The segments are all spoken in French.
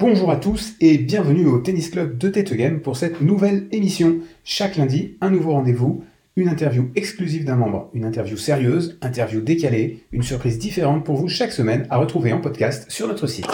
Bonjour à tous et bienvenue au Tennis Club de Tête Game pour cette nouvelle émission. Chaque lundi, un nouveau rendez-vous, une interview exclusive d'un membre, une interview sérieuse, interview décalée, une surprise différente pour vous chaque semaine à retrouver en podcast sur notre site.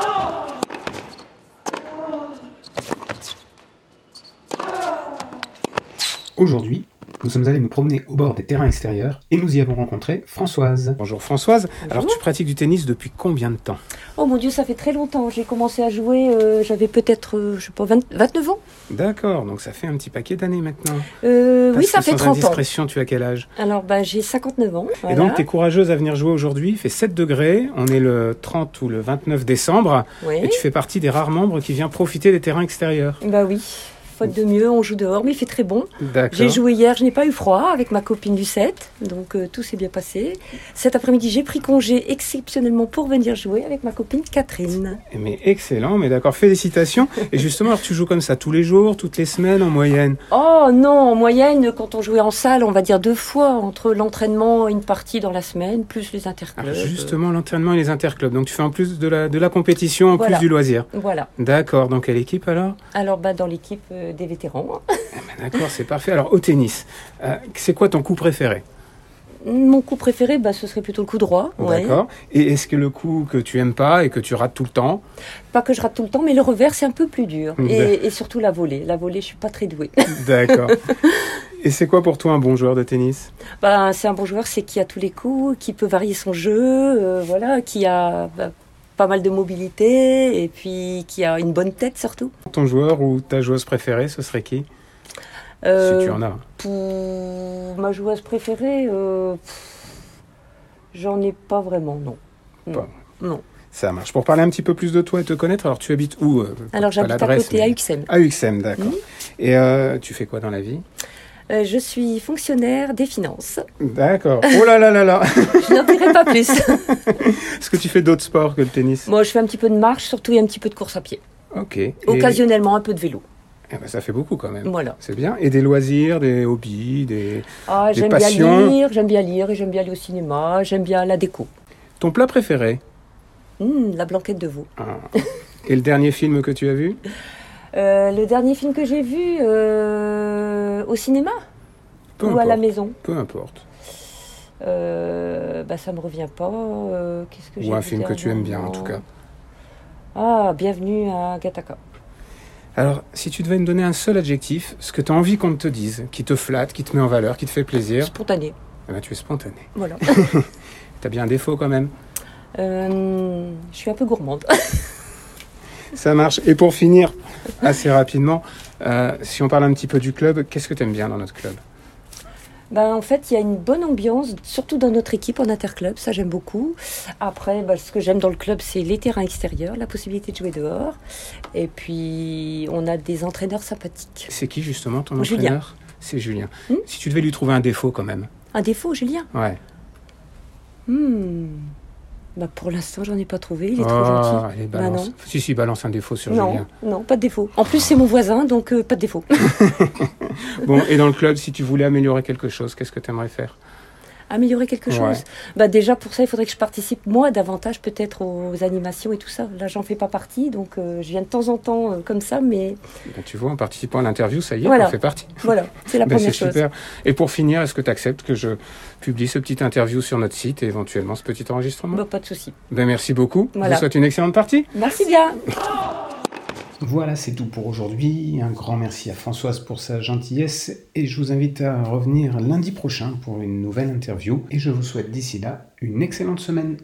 Aujourd'hui, nous sommes allés nous promener au bord des terrains extérieurs et nous y avons rencontré Françoise. Bonjour Françoise. Alors tu pratiques du tennis depuis combien de temps Oh mon Dieu, ça fait très longtemps. J'ai commencé à jouer, euh, j'avais peut-être, euh, je sais pas, 20 29 ans. D'accord, donc ça fait un petit paquet d'années maintenant. Euh, oui, Parce ça que fait sans 30 ans. indiscrétion, tu as quel âge Alors, bah, j'ai 59 ans. Et voilà. donc, tu es courageuse à venir jouer aujourd'hui. Il fait 7 degrés. On est le 30 ou le 29 décembre. Oui. Et tu fais partie des rares membres qui vient profiter des terrains extérieurs. Bah oui, faute de mieux, on joue dehors, mais il fait très bon. J'ai D'accord. joué hier, je n'ai pas eu froid avec ma copine du 7, donc euh, tout s'est bien passé. Cet après-midi, j'ai pris congé exceptionnellement pour venir jouer avec ma copine Catherine. Mais excellent, mais d'accord. Félicitations. Et justement, alors, tu joues comme ça tous les jours, toutes les semaines en moyenne. Oh non, en moyenne, quand on jouait en salle, on va dire deux fois entre l'entraînement et une partie dans la semaine, plus les Alors, interclubs. Ah, justement, l'entraînement et les interclubs. Donc, tu fais en plus de la, de la compétition, en Voilà. plus du loisir. Voilà. D'accord. Dans quelle équipe alors Alors, bah, dans l'équipe euh, des vétérans. Ben, D'accord, c'est parfait. Alors, au tennis, euh, c'est quoi ton coup préféré Mon coup préféré, bah, ce serait plutôt le coup droit. ouais. D'accord. Et est-ce que le coup que tu aimes pas et que tu rates tout le temps, Pas que je rate tout le temps, mais le revers, c'est un peu plus dur. D'ac- Et, et surtout la volée. La volée, je suis pas très douée. D'accord. Et c'est quoi pour toi un bon joueur de tennis bah, c'est un bon joueur, c'est qui a tous les coups, qui peut varier son jeu, euh, voilà, qui a bah, pas mal de mobilité et puis qui a une bonne tête surtout. Ton joueur ou ta joueuse préférée, ce serait qui Si tu en as. un. Euh, Pour ma joueuse préférée, euh, pff, j'en ai pas vraiment, non. Pas. Non. Ça marche. Pour parler un petit peu plus de toi et te connaître, alors tu habites où euh, pas- pas Alors j'habite à l'adresse, côté mais- à UXM. à UXM, d'accord. Et euh, tu fais quoi dans la vie Euh, je suis fonctionnaire des finances. D'accord. Oh là là là là Je n'en dirai pas plus. Est-ce que tu fais d'autres sports que le tennis Moi, je fais un petit peu de marche, surtout et un petit peu de course à pied. Ok. Et- Occasionnellement, un peu de vélo. Eh ben, ça fait beaucoup quand même. Voilà. C'est bien. Et des loisirs, des hobbies, des... Ah, Des j'aime bien passions. lire, j'aime bien lire et j'aime bien aller au cinéma, j'aime bien la déco. Ton plat préféré Hum, la blanquette de veau. Ah. Et le dernier film que tu as vu Euh, le dernier film que j'ai vu euh, au cinéma Peu ou à la importe. maison Peu importe. euh, bah, Ça me revient pas. euh, Qu'est-ce que j'ai Ou un vu film que tu aimes bien en dernièrement tout cas. Ah, bienvenue à Gataka. Alors, si tu devais me donner un seul adjectif, ce que tu as envie qu'on te dise, qui te flatte, qui te met en valeur, qui te fait plaisir, Spontané. eh ben, tu es spontané. Voilà. Tu as bien un défaut quand même. Euh, je suis un peu gourmande. Ça marche. Et pour finir, assez rapidement, euh, si on parle un petit peu du club, qu'est-ce que tu aimes bien dans notre club Ben, en fait, il y a une bonne ambiance, surtout dans notre équipe en interclub, ça j'aime beaucoup. Après, ben, ce que j'aime dans le club, c'est les terrains extérieurs, la possibilité de jouer dehors. Et puis, on a des entraîneurs sympathiques. C'est qui justement ton Julien. entraîneur C'est Julien. Hmm Si tu devais lui trouver un défaut quand même. Un défaut, Julien Ouais. Hmm. Ben, Pour l'instant, j'en ai pas trouvé, il est trop Oh, gentil. allez, Bah balance. non. si, si, balance un défaut sur Non, Julien. non, pas de défaut. En plus, c'est mon voisin, donc euh, pas de défaut. Bon, et dans le club, si tu voulais améliorer quelque chose, qu'est-ce que tu aimerais faire Améliorer quelque chose. Ouais. Bah, déjà, pour ça, il faudrait que je participe, moi, davantage peut-être aux animations et tout ça. Là, j'en fais pas partie, donc euh, je viens de temps en temps euh, comme ça, mais Ben, Tu vois, en participant à l'interview, ça y est, Voilà. on fait partie. voilà, c'est la Ben, première c'est chose. super. Et pour finir, est-ce que tu acceptes que je publie ce petit interview sur notre site et éventuellement ce petit enregistrement Bah, pas de souci. ben, Merci beaucoup. Je Voilà. vous souhaite une excellente partie. Merci bien. Voilà, c'est tout pour aujourd'hui. Un grand merci à Françoise pour sa gentillesse et je vous invite à revenir lundi prochain pour une nouvelle interview. Et je vous souhaite d'ici là une excellente semaine.